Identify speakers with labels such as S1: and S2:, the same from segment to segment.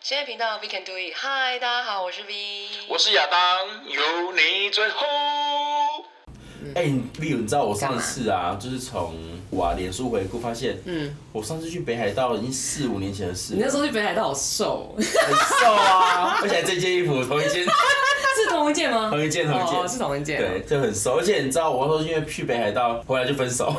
S1: 深夜频道 We Can Do It。嗨，大家好，我是 V。
S2: 我是亚当，有你最后。
S3: 哎、例如你知道我上次啊，就是从我啊脸书回顾发现，
S1: 嗯，
S3: 我上次去北海道已经四五年前的事
S4: 你
S3: 了，
S4: 那时候去北海道好瘦，哦
S3: 很瘦啊，而且这件衣服同一件，
S4: 是同一件吗？
S3: 同一件同一件
S4: 哦哦是同一件。
S3: 对，，就很瘦。而且你知道我那时候因为去北海道回来就分手，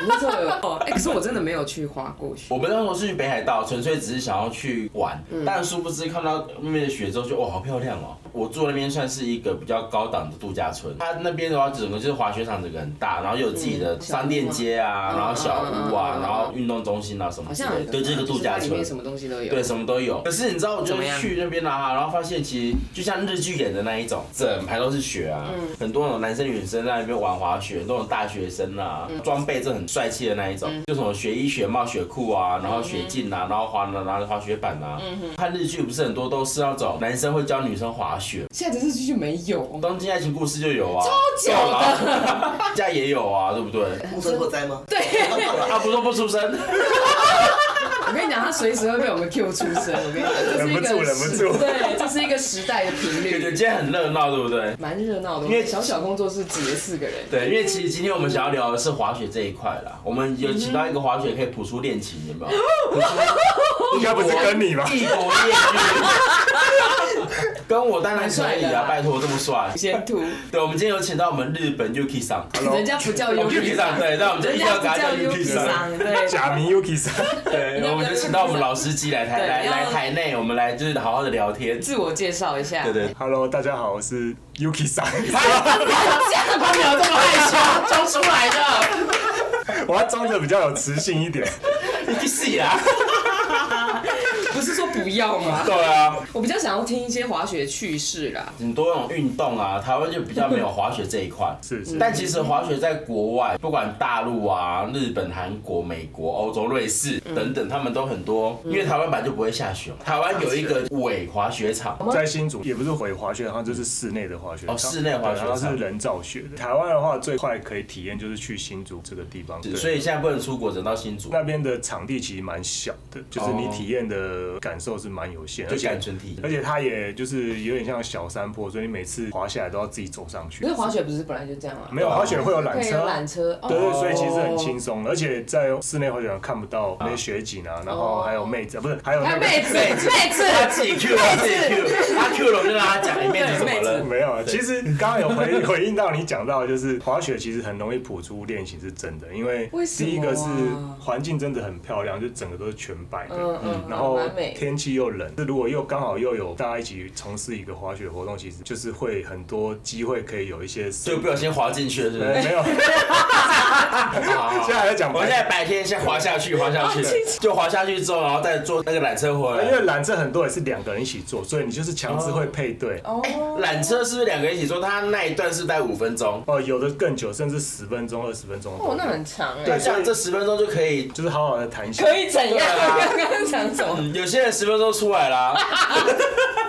S4: 你那时候有哦，哎、可是我真的没有去花过去。
S3: 我们那时候去北海道纯粹只是想要去玩，
S4: 嗯
S3: 但殊不知看到那边的雪之后就哇好漂亮哦。我住的那边算是一个比较高档的度假村，它那边的话整个就是滑雪场整个很大，然后又有自己
S4: 嗯
S3: 的商店街啊，然后小屋啊，然后运动中心啊什么
S4: 好
S3: 之
S4: 像
S3: 类的，对，就是一个度假
S4: 就是它里
S3: 村
S4: 面。什么东西都有。
S3: 对，什么都有。可是你知道，我就
S4: 怎么样
S3: 去那边啦、然后发现其实就像日剧演的那一种，整排都是雪啊，
S4: 嗯
S3: 很多那种男生女生在那边玩滑雪，那种大学生啊，
S4: 嗯
S3: 装备是很帅气的那一种，就什么雪衣、雪帽、雪裤啊，
S4: 嗯
S3: 然后雪镜啊，然后滑拿着滑雪板啊。看日剧不是很多都是那种男生会教女生滑雪，
S4: 现在只是就没有。
S3: 《东京爱情故事》就有啊，
S4: 久的
S3: 有啊， 家也有啊，对不对？
S5: 无所火灾吗？
S4: 对，
S3: 啊，不说不出 声。
S4: 我跟你讲，他随时会被我们 Q 出声。我跟你讲，这是一个
S2: 忍不住忍不
S4: 时
S2: 住
S4: 对，这是一个时代的频
S3: 感觉
S4: 率，
S3: 今天很热闹，对不对？
S4: 蛮热闹的。
S3: 因为
S4: 小小工作室挤了四个人，
S3: 对，因为其实今天我们想要聊的是滑雪这一块啦。我们有请到一个滑雪可以谱出恋情，有
S4: 嗯
S3: 没有？谱出
S2: 应该不是跟你 吧？
S3: 异国恋 剧，跟我当然可
S4: 蛮帅
S3: 以
S4: 的
S3: 啊，
S4: 啦
S3: 拜托我这么帅。
S4: 先 吐，
S3: 对，我们今天有请到我们日本 Yuki 桑
S4: 人家不叫优
S3: 哦，Yuki 桑，对，但我们今
S4: 人
S3: 天一定要
S4: 家不
S3: 给他叫
S4: 叫
S3: Yuki
S4: Yuki
S3: 桑。
S4: 桑，对，
S2: 假名 Yuki 桑，
S3: 对， 我们就请到我们老司机来台
S4: 对
S3: 来
S4: 要
S3: 来台内，我们来就是好好的聊天。
S4: 自我介绍一下。
S3: 对对，
S2: Hello，大家好，我是 Yuki 桑。
S3: 他没有这么害 羞，装出来的，
S2: 我要装的比较有磁性一点。
S3: 你去死啊！
S4: 不是说不要吗？
S3: 对啊，
S4: 我比较想要听一些滑雪的趣事啦。
S3: 很多那种运动啊，台湾就比较没有滑雪这一块。
S2: 是是
S3: 但其实滑雪在国外，不管大陆啊、日本、韩国、美国、欧洲、瑞士
S2: 嗯
S3: 等等，他们都很多。因为台湾本来就不会下雪嘛，台湾有一个伪滑雪场，
S2: 在新竹也不是回滑雪场，就是室内的滑雪场。
S3: 哦室内滑雪场
S2: 对然后是人造雪的。台湾的话，最快可以体验就是去新竹这个地方。对
S3: 所以现在不能出国，只能到新竹，
S2: 那边的场地其实蛮小的，就是你体验的感受是蛮有限，
S3: 就
S2: 而且
S3: 感纯体
S2: 而且它也就是有点像小山坡，所以你每次滑下来都要自己走上去
S4: 可。是滑雪不是本来就这样吗？
S2: 没有滑雪会有
S4: 可
S2: 缆
S4: 以
S2: 车
S4: 有
S2: 啊，
S4: 缆车，哦
S2: 对对，所以其实很轻松，而且在室内滑雪场看不到那些雪景啊，然后还有妹子，啊不是还有
S4: 哦还
S2: 那
S4: 有妹
S2: 个
S4: 子，
S3: 妹
S4: 妹子，
S3: 他自己 Q 他自己 Q，他 Q 了我就让他讲，里面是怎么
S4: 妹
S3: 了？
S2: 没有，啊其实刚刚有 回回应到你讲到，就是滑雪其实很容易谱出恋情是真的，因为
S4: 为什么啊
S2: 第一个是环境真的很漂亮，就整个都是全白的，
S4: 嗯嗯
S2: 然后
S4: 蛮美
S2: 天气又冷，如果又刚好又有大家一起从事一个滑雪活动，其实就是会很多机会可以有一些
S3: 就不小心滑进去了，是不
S2: 呃
S3: 是？
S2: 没有，
S3: 好好好
S2: 现在还在讲
S3: 我
S2: 白哦
S3: 现在白天先滑下去，滑下去，就滑下去之后，然后再坐那个缆车回
S2: 因
S3: 来。
S2: 为缆车很多也是两个人一起做，所以你就是强制会配对。
S4: 哦，
S3: 缆车是不是两个人一起坐？他那一段是待五分钟，
S2: 哦，有的更久，甚至十分钟、二十分钟。
S4: 哦，那很长哎，
S3: 对，这样这十分钟就可以。
S2: 就是好好的谈心。
S4: 可以怎样？
S3: 对啊
S4: 刚刚讲什么？
S3: 有些人十分钟出来啦，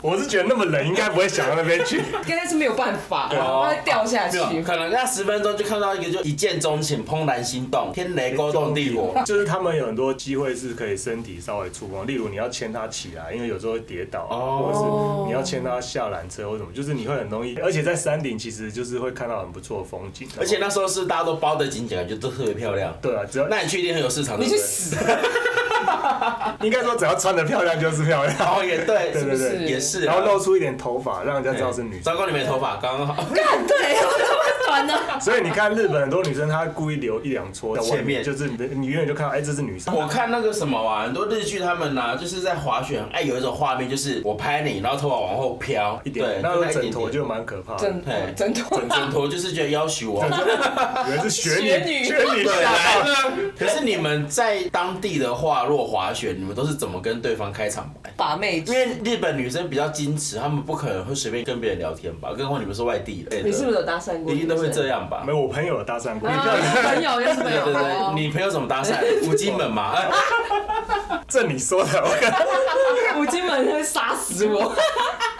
S2: 我是觉得那么冷，应该不会想到那边 去。
S4: 刚才是没有办法，
S3: 哦
S4: 它会掉下去
S3: 没。有，可能那十分钟就看到一个就一见钟情，怦然心动，天雷勾动地火。
S2: 就是他们有很多机会是可以身体稍微触碰，例如你要牵他起来，因为有时候会跌倒，
S3: 哦
S2: 或者是你要牵他下缆车或什么，就是你会很容易，而且在山顶其实就是会看到很不错的风景。
S3: 而且那时候是大家都包得紧紧，感觉都特别漂亮。
S2: 对啊，只要
S3: 那你去一定很有市场，对
S4: 你
S3: 不
S4: 去
S3: 对？
S4: 死！
S2: 应该说只要穿的漂亮就是漂 亮，
S3: 哦，也对，
S2: 对对对，
S3: 也是啊。哎
S2: 然后露出一点头发，让人家知道是女生。
S3: 糟糕，你没头发，刚刚好。
S4: 对， 我他妈短的。
S2: 所以你看日本很多女生，她故意留一两撮在外
S3: 前面
S2: 就是你你远远就看到，哎，这是女生。
S3: 我看那个什么啊，很多日剧他们呐、就是在滑雪，哎，有一种画面就是我拍你，然后头发往后飘
S2: 一点，
S3: 对，
S2: 那
S3: 就
S2: 个
S3: 那一
S2: 枕
S3: 点
S2: 头
S3: 点
S2: 就蛮可怕的
S4: 枕。
S3: 对
S4: 枕头
S3: 枕头就是觉得要求我。
S2: 以为是雪
S4: 雪女
S2: 女，雪 女
S3: 对，
S2: 吓到。
S4: 啊
S3: 来呢。可是你们在当地的话，若滑雪，你们都是怎么跟对方开场白？
S4: 把妹
S3: 因为日本女生比较矜持，她们不可能会随便跟别人聊天吧？更何况你们是外地的，
S4: 你是不是有搭讪过？
S3: 一定都会这
S4: 样。
S3: 样吧
S2: 没？有，我朋友有搭讪过，
S4: 啊，朋友又是朋
S3: 对
S4: 友
S3: 对
S4: 哦
S3: 对，。你朋友怎么搭 讪？五金门嘛，哎
S2: 这你说的，我 跟
S4: 五金门会杀死我。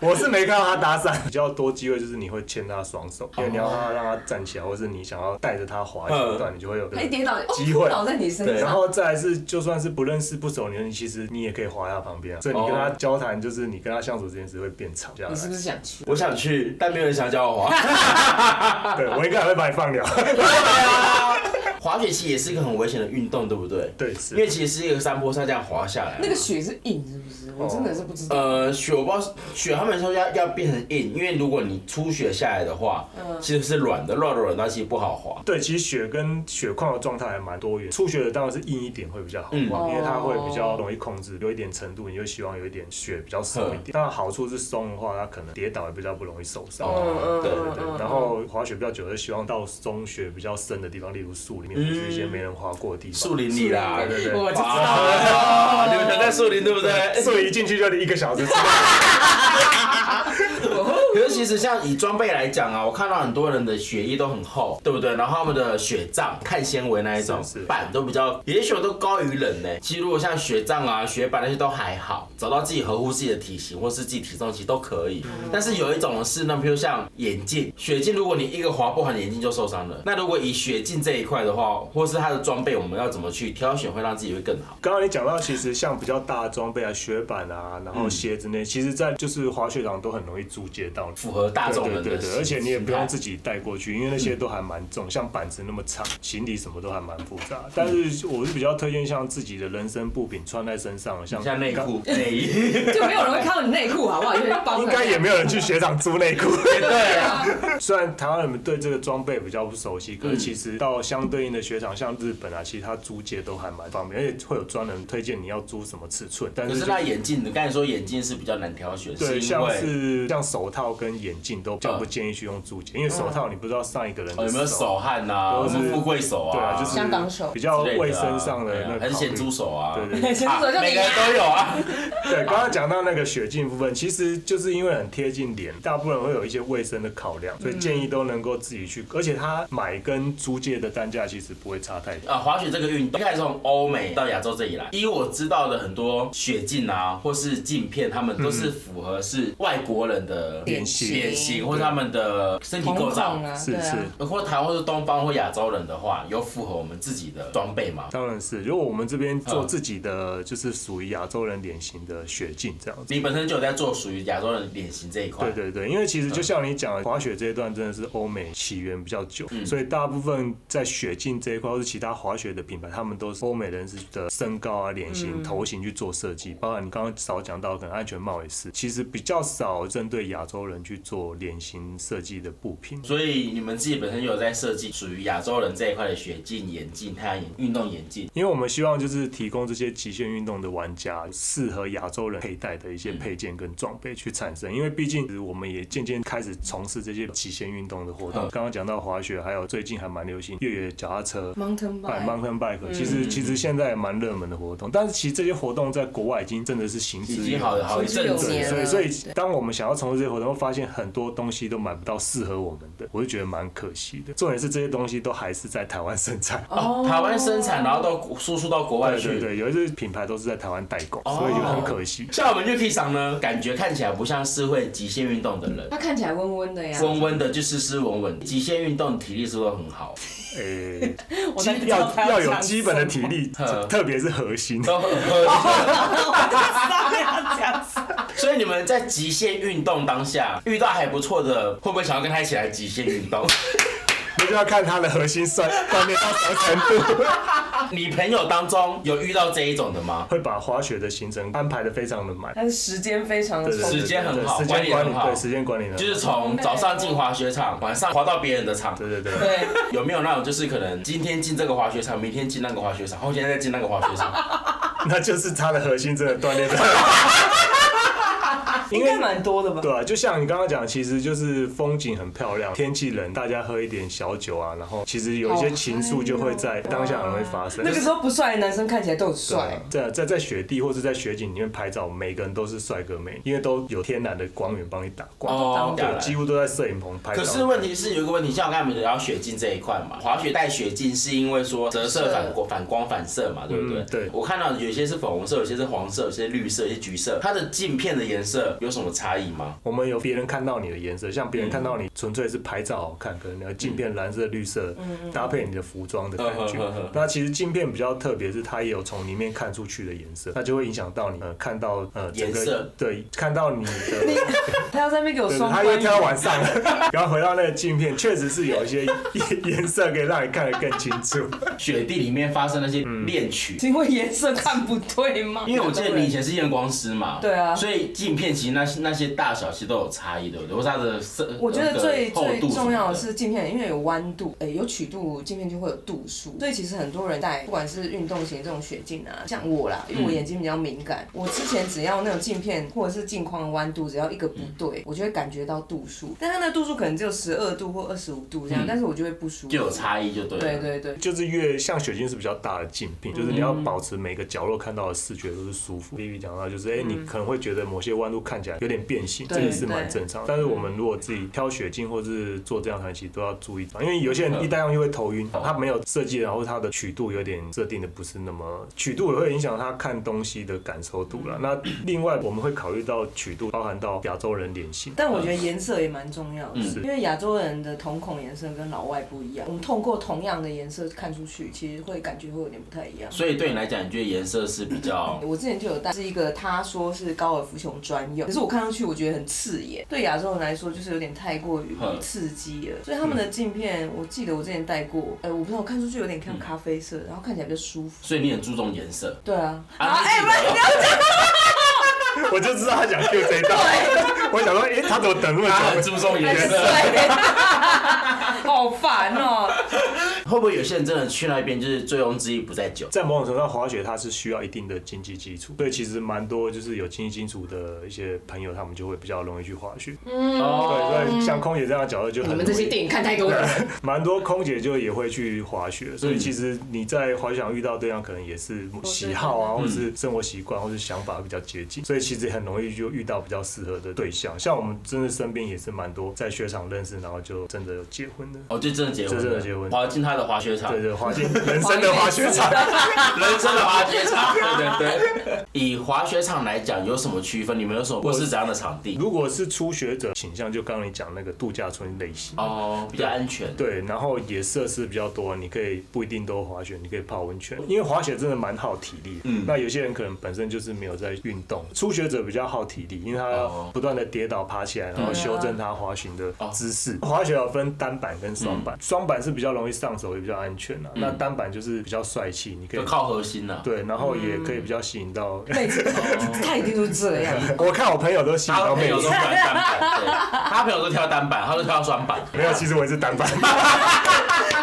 S2: 我是没看到他搭讪，比较多机会就是你会牵他双
S3: 哦
S2: 手，因为你要让他让他站起来，或是你想要带着他滑
S3: 嗯
S2: 一段，你就会有
S4: 他一跌倒，哦
S2: 机会
S4: 倒在你身
S3: 对
S2: 然
S4: 上。
S2: 后再来是，就算是不认识不熟，你其实你也可以滑在他旁边、啊，所以你跟他
S3: 哦
S2: 交谈，就是你跟他相处之间只会变长下来。
S4: 你是不是想去？
S3: 我想去，但没有人想教我 滑。
S2: 对我应该还会把你放掉。
S3: 滑雪其实也是一个很危险的运动，对不对？
S2: 对，
S3: 因为
S2: 是。
S3: 其实是一个山坡上这样滑下来。
S4: 那个雪是硬是不是？
S2: 哦
S4: 我真的是不知道。
S3: 呃，雪我不知道雪，他们说要要变成硬，因为如果你初雪下来的话，其实是软的，软的软到其实不好滑。
S2: 对，其实雪跟雪况的状态还蛮多元。初雪的当然是硬一点会比较好滑，
S3: 嗯
S2: 因为它会比较容易控制，有一点程度，你就希望有一点雪比较松
S3: 嗯
S2: 一点。但好处是松的话，它可能跌倒也比较不容易受伤。
S3: 哦，对对
S2: 对
S3: 对，
S2: 然后滑雪比较久，就希望到松雪比较深的地方，例如树里面，或是一些没人滑过的地方。
S3: 嗯树林里啦，
S2: 对对对
S4: 我就知道 了。
S3: 啊，你们想在树林对不对？
S2: 哎所以一进去就得一个小时之内。
S3: 可是其实像以装备来讲啊，我看到很多人的血液都很厚，对不对？然后他们的血杖、碳纤维那一种
S2: 是是
S3: 板都比较，也许我都高于人呢、其实如果像血杖啊、血板那些都还好，找到自己合乎自己的体型或是自己体重其实都可以。
S2: 嗯
S3: 但是有一种是呢，比如像眼镜、雪镜，如果你一个滑不好，你眼镜就受伤了。那如果以雪镜这一块的话，或是它的装备，我们要怎么去挑选会让自己会更好？
S2: 刚刚你讲到，其实像比较大的装备啊，雪板啊，然
S3: 嗯
S2: 后鞋子那些，其实，在就是滑雪场都很容易租借到。
S3: 符合大众人的
S2: 对对对对，而且你也不用自
S3: 己。
S2: 己带过去，因为那些都还蛮
S3: 嗯
S2: 重，像板子那么长，行李什么都还蛮复杂。但是我是比较推荐像自己的人身布品穿在身上，像
S3: 像内裤、内 衣，
S4: 就没有人会看到你内裤，好不好？因为包哎
S2: 应该也没有人去雪场租内裤。
S3: 对啊，
S2: 虽然台湾人对这个装备比较不熟悉，
S3: 嗯
S2: 可是其实到相对应的雪场，像日本啊，其实它租借都还蛮方便，而且会有专人推荐你要租什么尺寸。但
S3: 可
S2: 是
S3: 是
S2: 就
S3: 那眼镜，你刚才说眼镜是比较难挑选，
S2: 对，
S3: 因
S2: 像
S3: 为嗯
S2: 是像手套跟眼镜都比较不建议去用租借，因为手套你不知道上一个人
S3: 哦
S2: 的
S3: 有没有手汗呐，
S2: 都
S3: 什
S2: 是
S3: 么富贵手
S2: 对
S3: 啊，
S2: 啊，就是
S1: 香港手
S2: 比较
S3: 之类的啊
S2: 卫生上的
S3: 对啊
S2: 那个
S3: 还是
S2: 考
S3: 咸
S2: 虑
S3: 猪手 啊，
S2: 对对对
S4: 对，伸手就
S3: 啊每
S4: 你
S3: 个人
S4: 啊
S3: 都有啊，
S2: 对，刚刚讲到那个雪镜部分，其实就是因为很贴近脸，大部分人会有一些卫生的考量，
S1: 嗯
S2: 所以建议都能够自己去，而且它买跟租借的单价其实不会差太多。
S3: 啊，滑雪这个运动，应该从欧美到亚洲这里来，以我知道的很多雪镜啊，或是镜片，他们都
S2: 嗯
S3: 是符合是外国人的
S2: 脸型
S3: 脸型或是他们的身体构造呃
S1: 瞳孔。啊，
S2: 是
S1: 对啊
S2: 是。
S3: 或台湾或是东方或亚洲人的话，有符合我们自己的装备吗？
S2: 当然是，如果我们这边做
S3: 嗯
S2: 自己的，就是属于亚洲人脸型的雪镜这样子。
S3: 你本身就有在做属于亚洲人脸型这一块，
S2: 对对对，因为其实就像你讲，的，滑雪这一段真的是欧美起源比较久，所以大部分在雪镜这一块或是其他滑雪的品牌，他们都是欧美人士的身高啊、脸型、头型去做设计，包括你刚刚少讲到，可能安全帽也是，其实比较少针对亚洲人去做脸型设计的布品。
S3: 所以你们自己本身有在设计属于亚洲人这一块的雪镜、眼镜、太阳眼运动眼镜，
S2: 因为我们希望就是提供这些极限运动的玩家适合亚洲人佩戴的一些配件跟装备去产生，因为毕竟我们也渐渐开始从事这些极限运动的活动
S3: 嗯。
S2: 刚刚讲到滑雪，还有最近还蛮流行越野脚踏车。
S4: mountain
S2: 哎
S4: bike，
S2: ，mountain bike，其
S3: 嗯
S2: 实其实现在也蛮热门的活动，但是其实这些活动在国外已经真的是行之
S3: 已
S2: 有
S3: 经好
S2: 年
S3: 好一阵
S1: 十
S3: 子
S1: 六年
S3: 了。
S2: 所以，
S1: 了
S2: 所以
S1: 对
S2: 当我们想要从事这些活动，会发现很多东西都买不到适合我们的，我就觉得蛮可惜的。重点是这些东西都还是在台湾生产，
S3: 哦，台湾生产，然后到输出到国外
S2: 对
S3: 去。哦
S2: 对
S1: 哦
S2: 对，有一些品牌都是在台湾代工，所以就很可惜。
S3: 像 我们 Yuki 上呢，感觉看起来不像是会极限运动的人，
S4: 它看起来温温
S1: 啊
S4: 的呀。
S3: 温温的就斯斯文文。极限运动体力是不是都很 好？
S2: 诶，
S4: 我才
S2: 基
S4: 不知道
S2: 要
S4: 它
S2: 要有
S4: 讲
S2: 基本的体力，
S3: 嗯哦
S2: 特别是核心。
S3: 都很合。
S4: 这样子。
S3: 所以你们在极限运动当下遇到还不错的，会不会想要跟他一起来极限运动？
S2: 那就要看他的核心算锻炼到什么程度，
S3: 你朋友当中有遇到这一种的吗？
S2: 会把滑雪的行程安排的非常的满。
S4: 但是时间非常的
S2: 对对
S4: 充
S2: 对
S4: 足
S3: 时间很好
S2: 对时
S3: 管
S2: 间
S3: 理
S2: 管
S3: 很
S2: 理
S3: 好
S2: 对时间管理的，
S3: 就是从早上进滑雪场，晚上滑到别人的场。
S2: 对对对。
S4: 对，
S3: 有没有那种就是可能今天进这个滑雪场，明天进那个滑雪场，后天再进那个滑雪场？
S2: 那就是他的核心真的锻炼的。因
S4: 应
S2: 为
S4: 该蛮多的吧？
S2: 对啊，就像你刚刚讲，其实就是风景很漂亮，天气冷，大家喝一点小酒啊，然后其实有一些情愫就会在当下很容易发
S3: 哦
S2: 生。
S4: 那个时候不帅的男生看起来都很
S3: 啊
S4: 帅，
S2: 在啊在在雪地或是在雪景里面拍照，每个人都是帅哥美，女，因为都有天然的光源帮你打光，
S3: 哦
S2: 对，几乎都在摄影棚拍照。
S3: 可是问题是有一个问题，像我刚才我们聊雪镜这一块嘛，滑雪戴雪镜是因为说折射反光、反光反射嘛，对不对？
S2: 嗯对
S3: 我看到有些是粉红色，有些是黄色，有些绿色，有些橘色，它的镜片的颜色色有什么差异吗？
S2: 我们有别人看到你的颜色，像别
S3: 嗯
S2: 人看到你纯粹是拍照好看，可能你的镜片蓝色、绿色
S4: 嗯
S2: 搭配你的服装的感觉
S3: 嗯嗯嗯嗯。
S2: 那其实镜片比较特别，是它也有从里面看出去的颜色，那就会影响到你呃看到呃整
S3: 颜
S2: 个
S3: 色
S2: 对看到 你的。
S4: 他要在那边给我
S2: 对
S4: 双
S2: 他
S4: 关
S2: 又
S4: 语，
S2: 挑晚上了， 然后回到那个镜片，确实是有一些 颜色可以让你看得更清楚。
S3: 雪地里面发生那些恋曲，
S4: 是因为颜色看不对吗？
S3: 因为我记得你以前是验光师嘛，
S4: 对啊
S3: 所以镜片其实那那些大小其实都有差异，对不对？或是它的色，呃
S4: 我觉得最
S3: 那个厚
S4: 最
S3: 度什么
S4: 重要的是镜片，因为有弯度，诶、有曲度，镜片就会有度数。所以其实很多人戴，不管是运动型这种雪镜啊，像我啦，
S3: 嗯
S4: 因为我眼睛比较敏感，我之前只要那种镜片或者是镜框的弯度，只要一个不
S3: 嗯
S4: 对，我就会感觉到度数。但它那个度数可能只有十二度或二十五度这样，
S3: 嗯
S4: 但是我就会不舒服。
S3: 就有差异，就对了。啊
S4: 对对对，
S2: 就是越像雪镜是比较大的镜
S4: 嗯
S2: 片，就是你要保持每个角落看到的视觉都是舒服。B B 讲到就是，哎、你可能会觉得某些弯路看起来有点变形，
S4: 嗯对
S2: 这也是蛮正常的。但是我们如果自己挑雪镜或是做这样的
S4: 嗯
S2: 其实都要注意，因为有些人一戴上去会头晕，他没有设计，然后它的曲度有点设定的不是那么，曲度也会影响他看东西的感受度
S4: 嗯
S2: 了。那另外我们会考虑到曲度包含到亚洲人 脸型，
S4: 但我觉得颜色也蛮重要的，
S3: 嗯
S4: 因为亚洲人的瞳孔颜色跟老外不一样，我们通过同样的颜色看出去，其实会感觉会有点不太一样。
S3: 所以对你来讲，你觉得颜色是比 较
S4: 我之前就有戴，是一个他说是高尔夫球专用，可是我看上去我觉得很刺眼，对亚洲人来说就是有点太过于
S3: 嗯
S4: 刺激了，所以他们的镜片，我记得我之前戴过，哎、我不知道，我看出去有点像咖啡色，然后看起来比较舒服。
S3: 所以你很注重颜色。
S4: 对啊，
S3: 啊
S4: 啊，哎、
S3: 你
S4: 不然你要
S2: 我就知道他想 Q 这一道，我想说，哎、他怎么等那么久？
S4: 啊
S3: 他很注重 颜
S4: 对，
S3: 色，
S4: 好烦哦、
S3: 会不会有些人真的去那边就是醉翁之意不在酒？
S2: 在某种程度上，滑雪它是需要一定的经济基础，所以其实蛮多就是有经济基础的一些朋友，他们就会比较容易去滑雪。
S4: 嗯
S3: 哦
S2: 对，所以像空姐这样的角色就
S1: 嗯
S2: 很
S1: 哦你
S2: 容
S1: 们
S2: 易
S1: 这些电影看太多了， 嗯
S2: 蛮多空姐就也会去滑雪，所以其实你在滑雪场遇到对象，可能也是喜好
S1: 嗯
S2: 啊，或是生活习惯，或是想法比较接近，所以其实很容易就遇到比较适合的对象。像我们真的身边也是蛮多在雪场认识，然后就真的有结婚的。
S3: 哦，就真的结婚了，
S2: 就真的结婚
S3: 滑进他的滑雪场，
S2: 对对，滑进人生的滑雪场，
S3: 人生的滑雪 场，对对对。以滑雪场来讲，有什么区分？你们有什么？或是怎样的场地？
S2: 如果是初学者倾向，就刚刚你讲那个度假村类型，
S3: 哦，比较安全。
S2: 对，然后也设施比较多，你可以不一定都滑雪，你可以泡温泉，因为滑雪真的蛮耗体力。嗯，那有些人可能本身就是没有在运动，初学者比较耗体力，因为他要
S3: 哦
S2: 不断的跌倒爬起来，然后修正他滑行的
S3: 哦嗯
S2: 姿势。滑雪有分单板跟双板，双板是比较容易上手，也比较安全啊。那单板就是比较帅气，你可以
S3: 就靠核心呐、
S2: 对，然后也可以比较吸 引到。
S4: 妹子，他一定都这样。
S2: 我看我朋友都吸引
S3: 他
S2: 到
S3: 朋
S2: 妹
S3: 友
S2: 子
S3: 都，玩单板，对 他朋友都挑单板，他都挑双板。
S2: 没有，其实我也是单板。
S4: 啊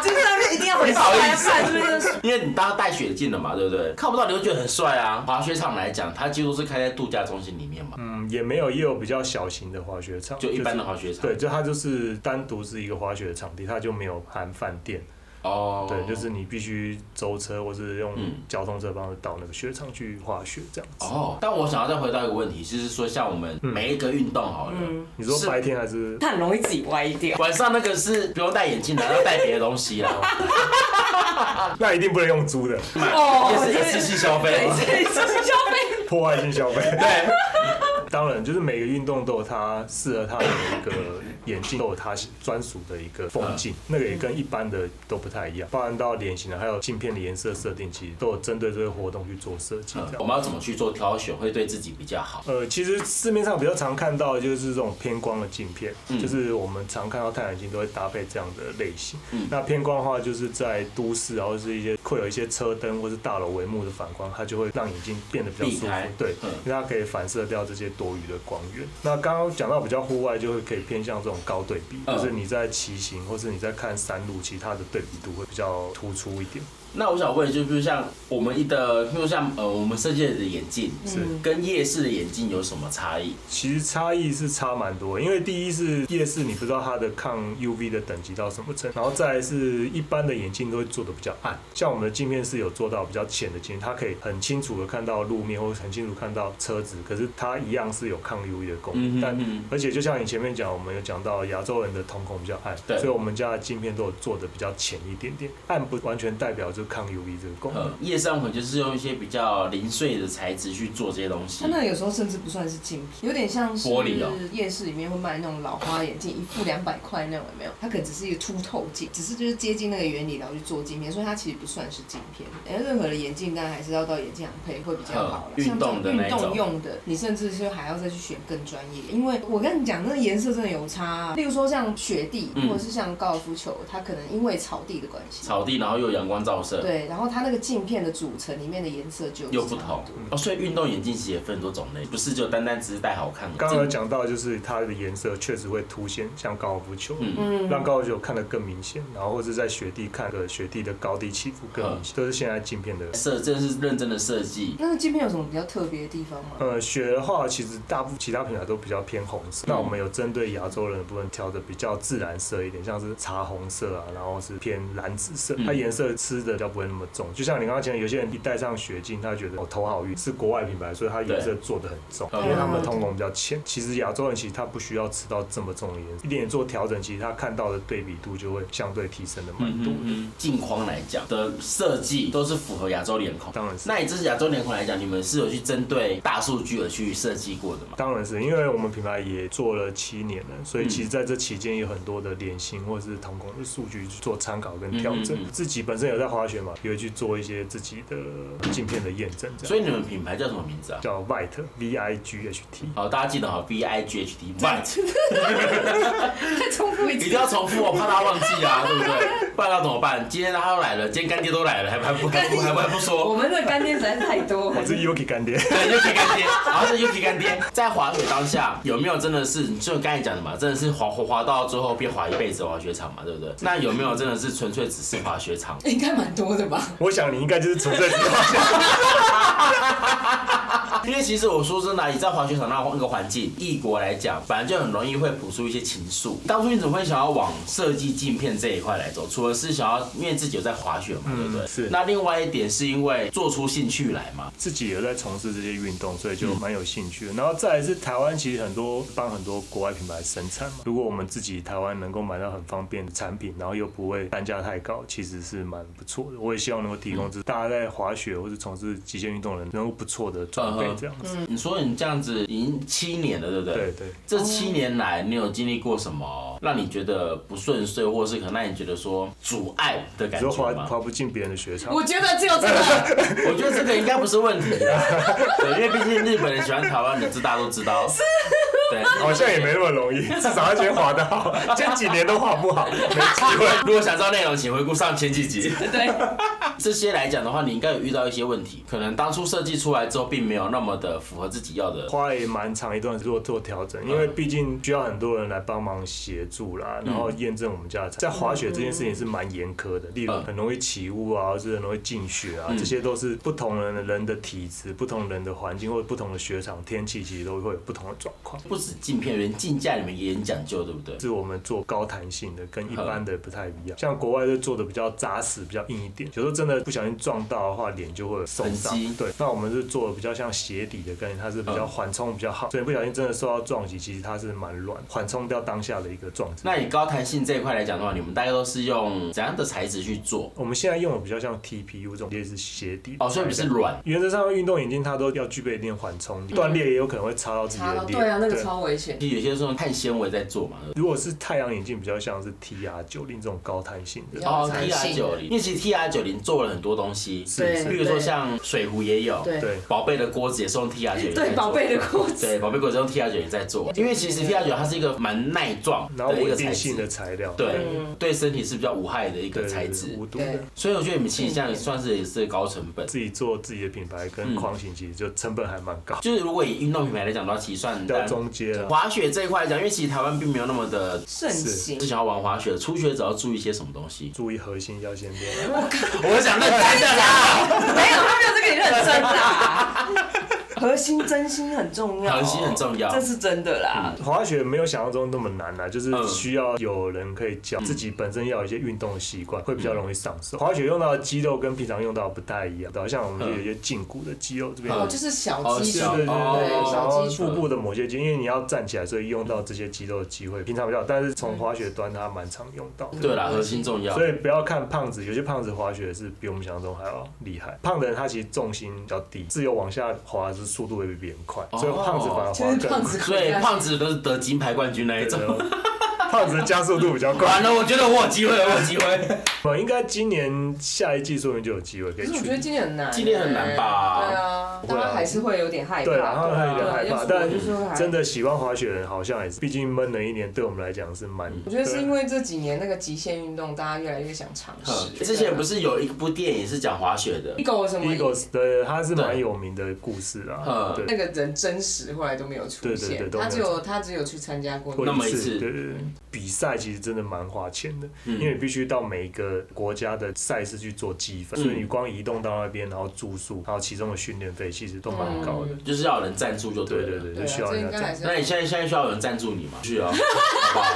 S4: 就是那边一定要回去看，不然就是
S3: 因为你当时戴雪镜了嘛，对不对？看不到你会觉得很帅啊。滑雪场来讲，它几乎是开在度假中心里面嘛，
S2: 嗯，也没有，也有比较小型的滑雪场，
S3: 就一般
S2: 是
S3: 的滑雪场。
S2: 对，就它就是单独是一个滑雪的场地，它就没有含饭店。
S3: 哦，
S2: 对，就是你必须舟车或是用
S3: 嗯
S2: 交通车帮你到那个雪场去滑雪这样子。
S3: 哦。但我想要再回到一个问题，就是说像我们每一个运动好了，
S4: 嗯
S2: 你说
S3: 是
S2: 白天还是？
S4: 他很容易自己歪掉。
S3: 晚上那个是不用戴眼镜的，要戴别的东西 啦。
S2: 那一定不能用租的，
S4: 哦
S3: 也是一次性消费
S4: 对，。这是消费。
S2: 破坏性消费。
S3: 对，
S2: 当然，就是每个运动都有它适合它的一个眼镜，都有它专属的一个
S3: 嗯
S2: 风景，那个也跟一般的都不太一样，包含到脸型啊，还有镜片的颜色设定，其实都有针对这个活动去做设计。这样。
S3: 嗯我们要怎么去做挑选会对自己比较好？
S2: 呃，其实市面上比较常看到的就是这种偏光的镜片，
S3: 嗯
S2: 就是我们常看到太阳镜都会搭配这样的类型。
S3: 嗯
S2: 那偏光的话，就是在都市，然后是一些会有一些车灯或是大楼帷幕的反光，它就会让眼睛变得比较舒
S3: 避
S2: 服
S3: 开。
S2: 对，
S3: 嗯
S2: 因为它可以反射掉这些多余的光源。那刚刚讲到比较户外，就会可以偏向这种高对比，
S3: 嗯
S2: 就是你在骑行或是你在看山路，其他的对比度会比较突出一点。
S3: 那我想问，就比如像我们一的，比如像呃，我们设计的眼镜
S2: 是
S3: 跟夜市的眼镜有什么差异？
S2: 其实差异是差蛮多的，因为第一是夜视，你不知道它的抗 UV 的等级到什么程度，然后再来是一般的眼镜都会做的比较暗，像我们的镜片是有做到比较浅的镜片，它可以很清楚的看到路面或者很清楚看到车子，可是它一样是有抗 UV 的功能，
S3: 嗯哼
S2: 但
S3: 嗯
S2: 而且就像你前面讲，我们有讲到亚洲人的瞳孔比较暗，
S3: 对
S2: 所以我们家的镜片都有做的比较浅一点点，暗不完全代表就就是抗 UV 这个功能
S3: 呃。，夜上魂就是用一些比较零碎的材质去做这些东西
S4: 它。那有时候甚至不算是精品，有点像是
S3: 玻璃哦
S4: 夜市里面会卖那种老花眼镜，一副两百块那种，有没有？它可能只是一个凸透镜，只是就是接近那个原理，然后去做镜片，所以它其实不算是镜片。哎，任何的眼镜当然还是要到眼镜行配会比较好啦。
S3: 嗯
S4: 像这种
S3: 运动的那
S4: 运
S3: 一种
S4: 动用的，你甚至是还要再去选更专业，因为我跟你讲，那个颜色真的有差、啊。例如说像雪地，
S3: 嗯
S4: 或者是像高尔夫球，它可能因为草地的关系，
S3: 草地，然后又有阳光照射，
S4: 对，然后它那个镜片的组成里面的颜色就
S3: 又不同哦。所以运动眼镜其实也分很多种类，不是就单单只是戴好看。
S2: 刚刚有讲到，就是它的颜色确实会凸显，像高尔夫球，
S3: 嗯
S4: 嗯，
S2: 让高尔夫球看得更明显，然后或者在雪地看个雪地的高低起伏更明显，都是现在镜片的。
S3: 设这是认真的设计，
S4: 那个镜片有什么比较特别的地方吗？
S2: 呃，雪的话，其实大部分其他品牌都比较偏红色。那我们有针对亚洲人的部分调的比较自然色一点，像是茶红色啊，然后是偏蓝紫色，
S3: 嗯
S2: 它颜色吃的就不会那么重。就像你刚刚讲，有些人一戴上雪镜，他觉得哦头好晕，是国外品牌，所以它颜色做的很重，
S3: 对
S2: 因为他们的瞳孔比较浅。其实亚洲人其实他不需要吃到这么重的颜色，一点做调整，其实他看到的对比度就会相对提升的蛮
S3: 嗯
S2: 多的。
S3: 镜框来讲的设计都是符合亚洲脸孔。
S2: 当然是。
S3: 那以这是亚洲脸孔来讲，你们是有去针对大数据而去设计过的吗？
S2: 当然是因为我们品牌也做了七年了，所
S3: 嗯
S2: 以其实在这期间有很多的脸型或者是瞳孔的数据去做参考跟调整。
S3: 嗯嗯嗯
S2: 自己本身有在滑雪嘛，也会去做一些自己的镜片的验证，这样。
S3: 所以你们品牌叫什么名字啊？
S2: 叫 Vite V I G H T，
S3: 好，大家记得好，V I G H T White，
S4: 再重复一
S3: 一
S4: 次
S3: 定。要重复哦，怕大家忘记啊，对不对？不然要怎么办？今天他都来了，今天干爹都来了，还还不还不还不还不说？
S4: 我们的干爹实在是太多
S2: 我
S4: 了。
S2: 是 Yuki 干爹。
S3: 对，Yuki 干爹，然后是 Yuki 干爹，在滑雪当下有没有真的是，就刚才讲的嘛，真的是滑滑滑到最后变滑一辈子的滑雪场嘛，对不对？那有没有真的是纯粹只是滑雪场？
S4: 应该蛮多的 吧？
S2: 我想你应该就是纯粹是滑雪，
S3: 因为其实我说真的啊，你在滑雪场那那个环境，异国来讲，本来就很容易会谱出一些情愫。当初你怎么会想要往设计镜片这一块来走？除了是想要，因为自己有在滑雪嘛，对不对？
S2: 嗯是
S3: 那另外一点是因为做出兴趣来嘛，
S2: 自己也在从事这些运动，所以
S3: 嗯
S2: 就蛮有兴趣的。然后再来是台湾，其实很多帮很多国外品牌生产嘛。如果我们自己台湾能够买到很方便的产品，然后又不会单价太高，其实是蛮不错的。我也希望能够提供
S3: 嗯
S2: 这大家在滑雪或是从事极限运动的人能够不错的装备
S3: 嗯哼
S2: 这样子。
S3: 你说你这样子已经七年了，对不对？
S2: 对对。
S3: 这七年来，你有经历过什么让你觉得不顺遂，或是可能让你觉得说阻碍的
S2: 你
S3: 感
S2: 说
S3: 觉
S2: 滑
S3: 吗？
S2: 滑不进别人的雪场，
S4: 我觉得只有这个，
S3: 我觉得这个应该不是问题 啊，对，因为毕竟日本人喜欢台湾人，这大家都知道。对，
S2: 好像也没那么容易，至少要先滑 得好，前几年都滑不好，没机会。
S3: 如果想知道内容，请回顾上前几集。
S4: 对，
S3: 这些来讲的话，你应该有遇到一些问题，可能当初设计出来之后，并没有那么的符合自己要的。嗯
S2: 花了也蛮长一段时间做做调整，因为毕竟需要很多人来帮忙协助啦，然后验证我们家的菜。在滑雪这件事情是蛮严苛的，例如
S3: 嗯
S2: 很容易起雾啊，或是很容易进雪啊，这些都是不同人的人的体质、不同人的环境或者不同的雪场天气，其实都会有不同的状况。
S3: 不止镜片，连镜架你们也很讲究，对不对？
S2: 是我们做高弹性的，跟一般的不太一
S3: 嗯
S2: 样。像国外就做的比较扎实、比较硬一点，有时候真的不小心撞到的话，脸就会有受伤
S3: 痕迹。
S2: 对，那我们是做的比较像鞋底的概念，它是比较
S3: 嗯
S2: 缓冲比较好，所以不小心真的受到撞击，其实它是蛮软，缓冲掉当下的一个撞击。
S3: 那以高弹性这一块来讲的话，你们大概都是用怎样的材质去做？
S2: 我们现在用的比较像 TPU 这种，也是鞋底
S3: 哦，所以不是软嗯
S2: 原则上，运动眼镜它都要具备一定缓冲力，断裂也有可能会插到自己的脸。
S4: 对啊，那个超危险。
S3: 其实有些是用碳纤维在做嘛。
S2: 如果是太阳眼镜，比较像是 TR 九零这种高弹性的
S4: 比，较
S3: 哦
S4: 弹
S3: ，T
S4: 性
S3: R 九零，因为其实 T R 九零做了很多东西，
S2: 是
S4: 对
S2: 是
S3: 比如说像水壶也有，
S4: 对
S2: 对
S3: 宝贝的锅子也是用 T R 九零，
S4: 对，宝贝的锅
S3: 对，
S4: 子，
S3: 宝贝锅子用 T R 九零在做，因为其实 T R 九它是一个蛮耐撞
S2: 然后
S3: 的一
S2: 稳
S3: 个材
S2: 定性的
S3: 质，
S2: 材料，
S3: 对，对身体是比较无害的一
S2: 对
S3: 个材质，
S2: 无毒
S4: 对
S2: 的。
S3: 所以我觉得你们其实这样算是也是高成本。
S2: 自己做自己的品牌
S3: 嗯
S2: 跟框型，其实就成本还蛮高，
S3: 就是如果以运动品牌来讲的话，其实算
S2: 比较中间啊。
S3: 滑雪这一块来讲，因为其实台湾并没有那么的
S4: 盛行
S3: 是。想要玩滑雪，初学者要注意些什么东西？
S2: 注意核心腰线变，
S3: 我想认真的啦。
S4: 没有，他没有这个你认真啦。 核心真心很重 要，
S3: 核心很重要
S4: 这是真的啦。
S2: 滑雪没有想象中那么难啦、就是
S3: 嗯
S2: 需要有人可以教，自己本身要有一些运动的习惯，会比
S3: 嗯
S2: 较容易上手。滑雪用到的肌肉跟平常用到的不太一样，好像我们就有一些胫骨的肌肉这边。
S4: 哦，
S3: 嗯
S4: 就是小肌
S3: 哦
S4: 群，
S3: 小
S2: 对对
S4: 对，
S2: 对，然
S4: 小
S2: 后
S4: 肌群
S2: 腹。部的某些肌，因为你要站起来，所以用到这些肌肉的机会平常比较，但是从滑雪端它蛮常用到的。
S3: 对啊啦，核心重要。
S2: 所以不要看胖子，有些胖子滑雪是比我们想象中还要厉害。胖的人他其实重心比较低，自由往下滑的速度会比别人快，
S3: 哦
S2: 所以胖子反而
S4: 就
S2: 滑
S4: 是
S2: 更
S4: 胖
S2: 快。
S4: 子，啊
S3: 所以胖子都是得金牌冠军那一
S2: 对
S3: 种。
S2: 对胖子的加速度比较 快
S3: 完。了，我觉得我有机会，我有机 会。
S2: 我应该今年下一季说明就有机会可
S4: 可
S2: 以
S4: 是我觉得
S2: 去。
S4: 今年很难欸，
S3: 今年很难吧
S4: 对啊，
S3: 不
S4: 大
S3: 会啊
S4: 家还是会有点害怕，
S2: 对啦，他
S4: 对
S2: 会有点害怕，但真
S4: 的。
S2: 的喜欢滑雪的人好像也是，毕竟闷了一年，对我们来讲是蛮。
S4: 我觉得是因
S2: 为
S4: 为这几年那个极限运动，大家越来越想尝试。
S3: 之前不
S4: 是
S3: 是有一部电影是讲滑雪的
S4: Eagle 什么
S2: Eagles 对，他是蛮有名的故事啦
S3: 嗯。
S2: 对，
S4: 那个人真实后来都没有出
S2: 对对
S4: 现，
S2: 对都没
S4: 他
S2: 有
S4: 只有他只有去参加过
S2: 过
S3: 那么一次
S2: 次，对对对，比赛其实真的蛮花钱的，
S3: 嗯
S2: 因为你必须到每一个国家的赛事去做积分，
S3: 嗯
S2: 所以你光移动到那边，然后住宿，还有其中的训练费，其实都蛮高的。
S3: 就是要有人赞助就对
S2: 对对
S3: 了。
S2: 对，
S4: 嗯对
S2: 就需
S4: 啊，
S2: 要
S4: 这应
S2: 人
S4: 该
S2: 家
S4: 还
S2: 赞
S4: 是
S2: 助。
S4: 要
S3: 那你现在现在需要有人赞助你吗？是啊，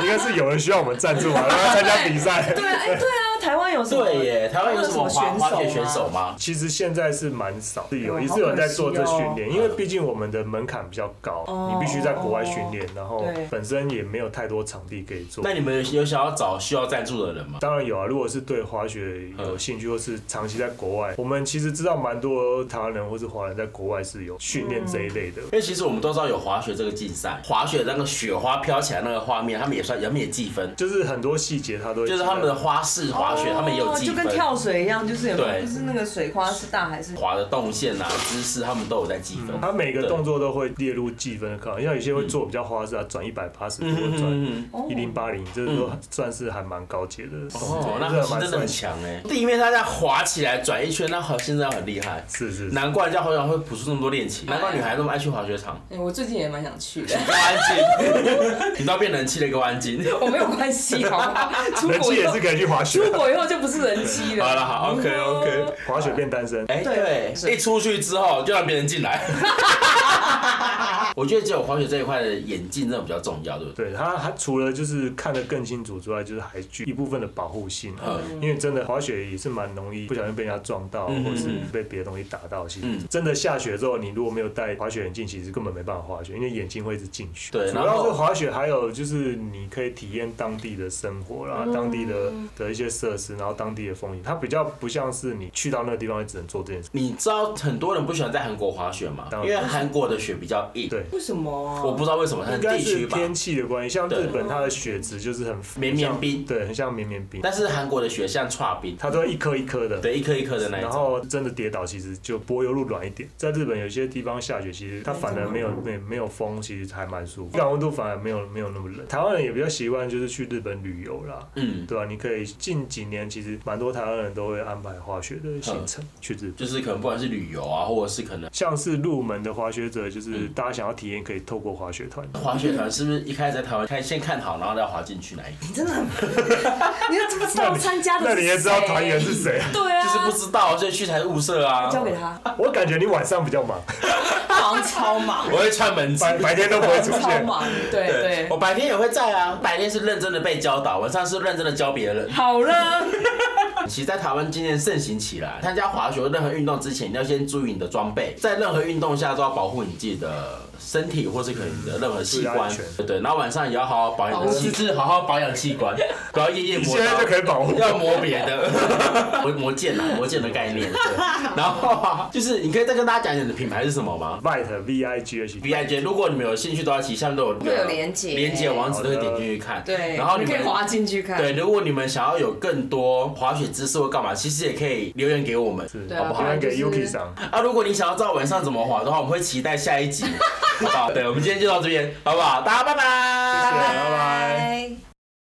S2: 应该是有人需要我们赞助嘛，然后参加比赛。
S4: 对啊，哎、对啊，台湾有什么？
S3: 对耶，台湾有什么滑
S4: 有什么选手吗啊
S3: 滑雪选手吗？
S2: 其实现在是蛮少，是有
S4: 哦
S2: 也
S4: 好
S2: 是有
S4: 可
S2: 在做
S4: 惜
S2: 这
S4: 哦
S2: 训练，因为毕竟我们的门槛比较高，
S4: 哦
S2: 你必须在国外训练，然后
S4: 对
S2: 本身也没有太多场地可以做
S3: 那。你们有有想要找需要赞助的人吗？
S2: 当然有啊，如果是对滑雪
S4: 嗯
S2: 有兴趣，或是长期在国外，我们其实知道蛮多台湾人或是华人在国外是有训练
S4: 嗯
S2: 这一类的。
S3: 因为其实我们都知道有滑雪这个竞赛，滑雪那个雪花飘起来那个画面，他们也算，他们也计分，
S2: 就是很多细节他都会
S3: 就是他们的花式滑雪，他们也有
S4: 哦
S3: 计
S4: 就
S3: 分
S4: 跟，跳水一样，就是有
S3: 对
S4: 就是那个水花是大还是？
S3: 滑的动线啊、姿势，他们都有在计分。
S2: 他每个动作都会列入计分的考量，像有些会做比较花式啊，转一百八十度，转
S3: 嗯，
S4: 哦
S2: 一零八零，这都算是还蛮高阶的动作。
S3: 哦，那
S2: 这
S3: 核
S2: 还
S3: 心
S2: 蛮
S3: 真的
S2: 帅
S3: 很
S2: 气。
S3: 强哎，地面它在滑起来转一圈，那核心真的很厉害。
S2: 是是，是
S3: 难怪人家好想会补出那么多恋情，难怪女孩那么爱去滑雪场。
S4: 哎、我最近也蛮想去
S3: 给
S4: 的，
S3: 我安静，你都 要变人气了，给我安静。
S4: 我没有关系，好吗？出
S2: 人
S4: 国
S2: 气
S4: 以
S2: 也
S4: 后
S2: 是，可以去滑雪
S4: 出。国以后就不是人机了。
S3: 好了，好，OK OK。
S2: 滑雪变单身，
S3: 哎，
S4: 对是
S3: 对，一出去之后就让别人进来。 我觉得只有滑雪这一块的眼镜真的比较重要，对不对？
S2: 对他还除了就是看得更清楚之外，就是还具一部分的保护性啊，
S3: 嗯
S2: 因为真的滑雪也是蛮容易不小心被人家撞到，
S3: 嗯
S2: 或是
S3: 嗯
S2: 被别的东西打到。其实
S3: 嗯
S2: 真的下雪之后，你如果没有戴滑雪眼镜，其实根本没办法滑雪，因为眼睛会一直进雪。
S3: 对
S2: 主
S3: 然
S2: 要
S3: 后
S2: 是滑雪，还有就是你可以体验当地的生活
S3: 嗯
S2: 啦，当地的呃的一些设施，然后当地的风景，它比较不像是你去到那个地方只能做这件事。
S3: 你知道很多人不喜欢在韩国滑雪吗？
S2: 当
S3: 因
S2: 然
S3: 为韩国的雪比较硬，
S2: 对，
S4: 为什么啊、
S3: 我不知道为什么，它
S2: 应
S3: 是
S2: 该
S3: 地
S2: 是
S3: 区吧。
S2: 天气的关系，像
S3: 对
S2: 日本它的雪质就是很
S3: 绵绵冰
S2: 像对，很像绵绵冰，
S3: 但是韩国的雪像串冰，
S2: 它都一颗一颗的。
S3: 对，一颗一颗的那一种。
S2: 然后真的跌倒，其实就柏油路软一点。在日本有些地方下雪，其实它反而没有没没有风，其实还蛮舒
S3: 嗯
S2: 服，感温度反而没有没有那么冷。台湾人也比较习惯就是去日本旅游啦，
S3: 嗯，
S2: 对吧、啊你可以近几年其实蛮多台湾人都会安排滑雪的行
S3: 嗯
S2: 程去日本。
S3: 就是可能不管是旅游啊，或者是可能
S2: 像是入门的滑雪者，就是
S3: 嗯
S2: 大家想要体验，可以透过滑雪团。
S3: 滑雪团是不是一开始在台湾看先看好，然后再滑进去那一个？
S4: 你真的很，你都不知道参加的
S2: 那你也知道
S4: 谁
S2: 团员是谁啊？
S4: 对 啊，
S3: 就是不知道，所以去才物色啊。
S4: 交给他，
S2: 我感觉你晚上比较 忙，
S4: 他好像超忙，
S3: 我会串门子。
S2: 白白天都不会出
S4: 超
S2: 现。
S4: 忙，对对
S3: 我。白天也会在啊，白天是认真的被教导，晚上是认真的教别人。
S4: 好了，
S3: 其实，在台湾今年盛行起来，参加滑雪或任何运动之前，你要先注意你的装备，在任何运动下都要保护你自己的身体或是可能你的任何器
S2: 注意安
S3: 官
S2: 全，
S3: 对对。然后晚上也要好好保养你的
S4: 保护
S3: 器，甚至好好保养器官，不要夜夜
S2: 你
S3: 磨
S2: 现在
S3: 刀
S2: 就。可以保 护。
S3: 要磨别的， 磨磨剑啊，磨剑的概念。对，然后啊就是你可以再跟大家讲你的品牌是什么吗
S2: Vite V I G H
S3: ？B I J，如果你们有兴趣的话，其实下面都有
S4: 会有连结
S3: 连接网址都可以点进去看。
S4: 对，
S3: 然后你
S4: 可以
S3: 们
S4: 滑进去看，
S3: 对，如果你们想要有更多滑雪知识或干嘛，其实也可以留言给我们。
S2: 是，
S4: 对
S2: 好
S4: 啊
S2: 不好？
S4: 不然就
S2: 给
S4: 是
S2: Yuki 上。
S3: 啊，如果你想要知道晚上怎么滑的话，我们会期待下一集。好不好？对，我们今天就到这边，好不好？大家拜拜，
S2: 谢谢拜拜
S4: 拜。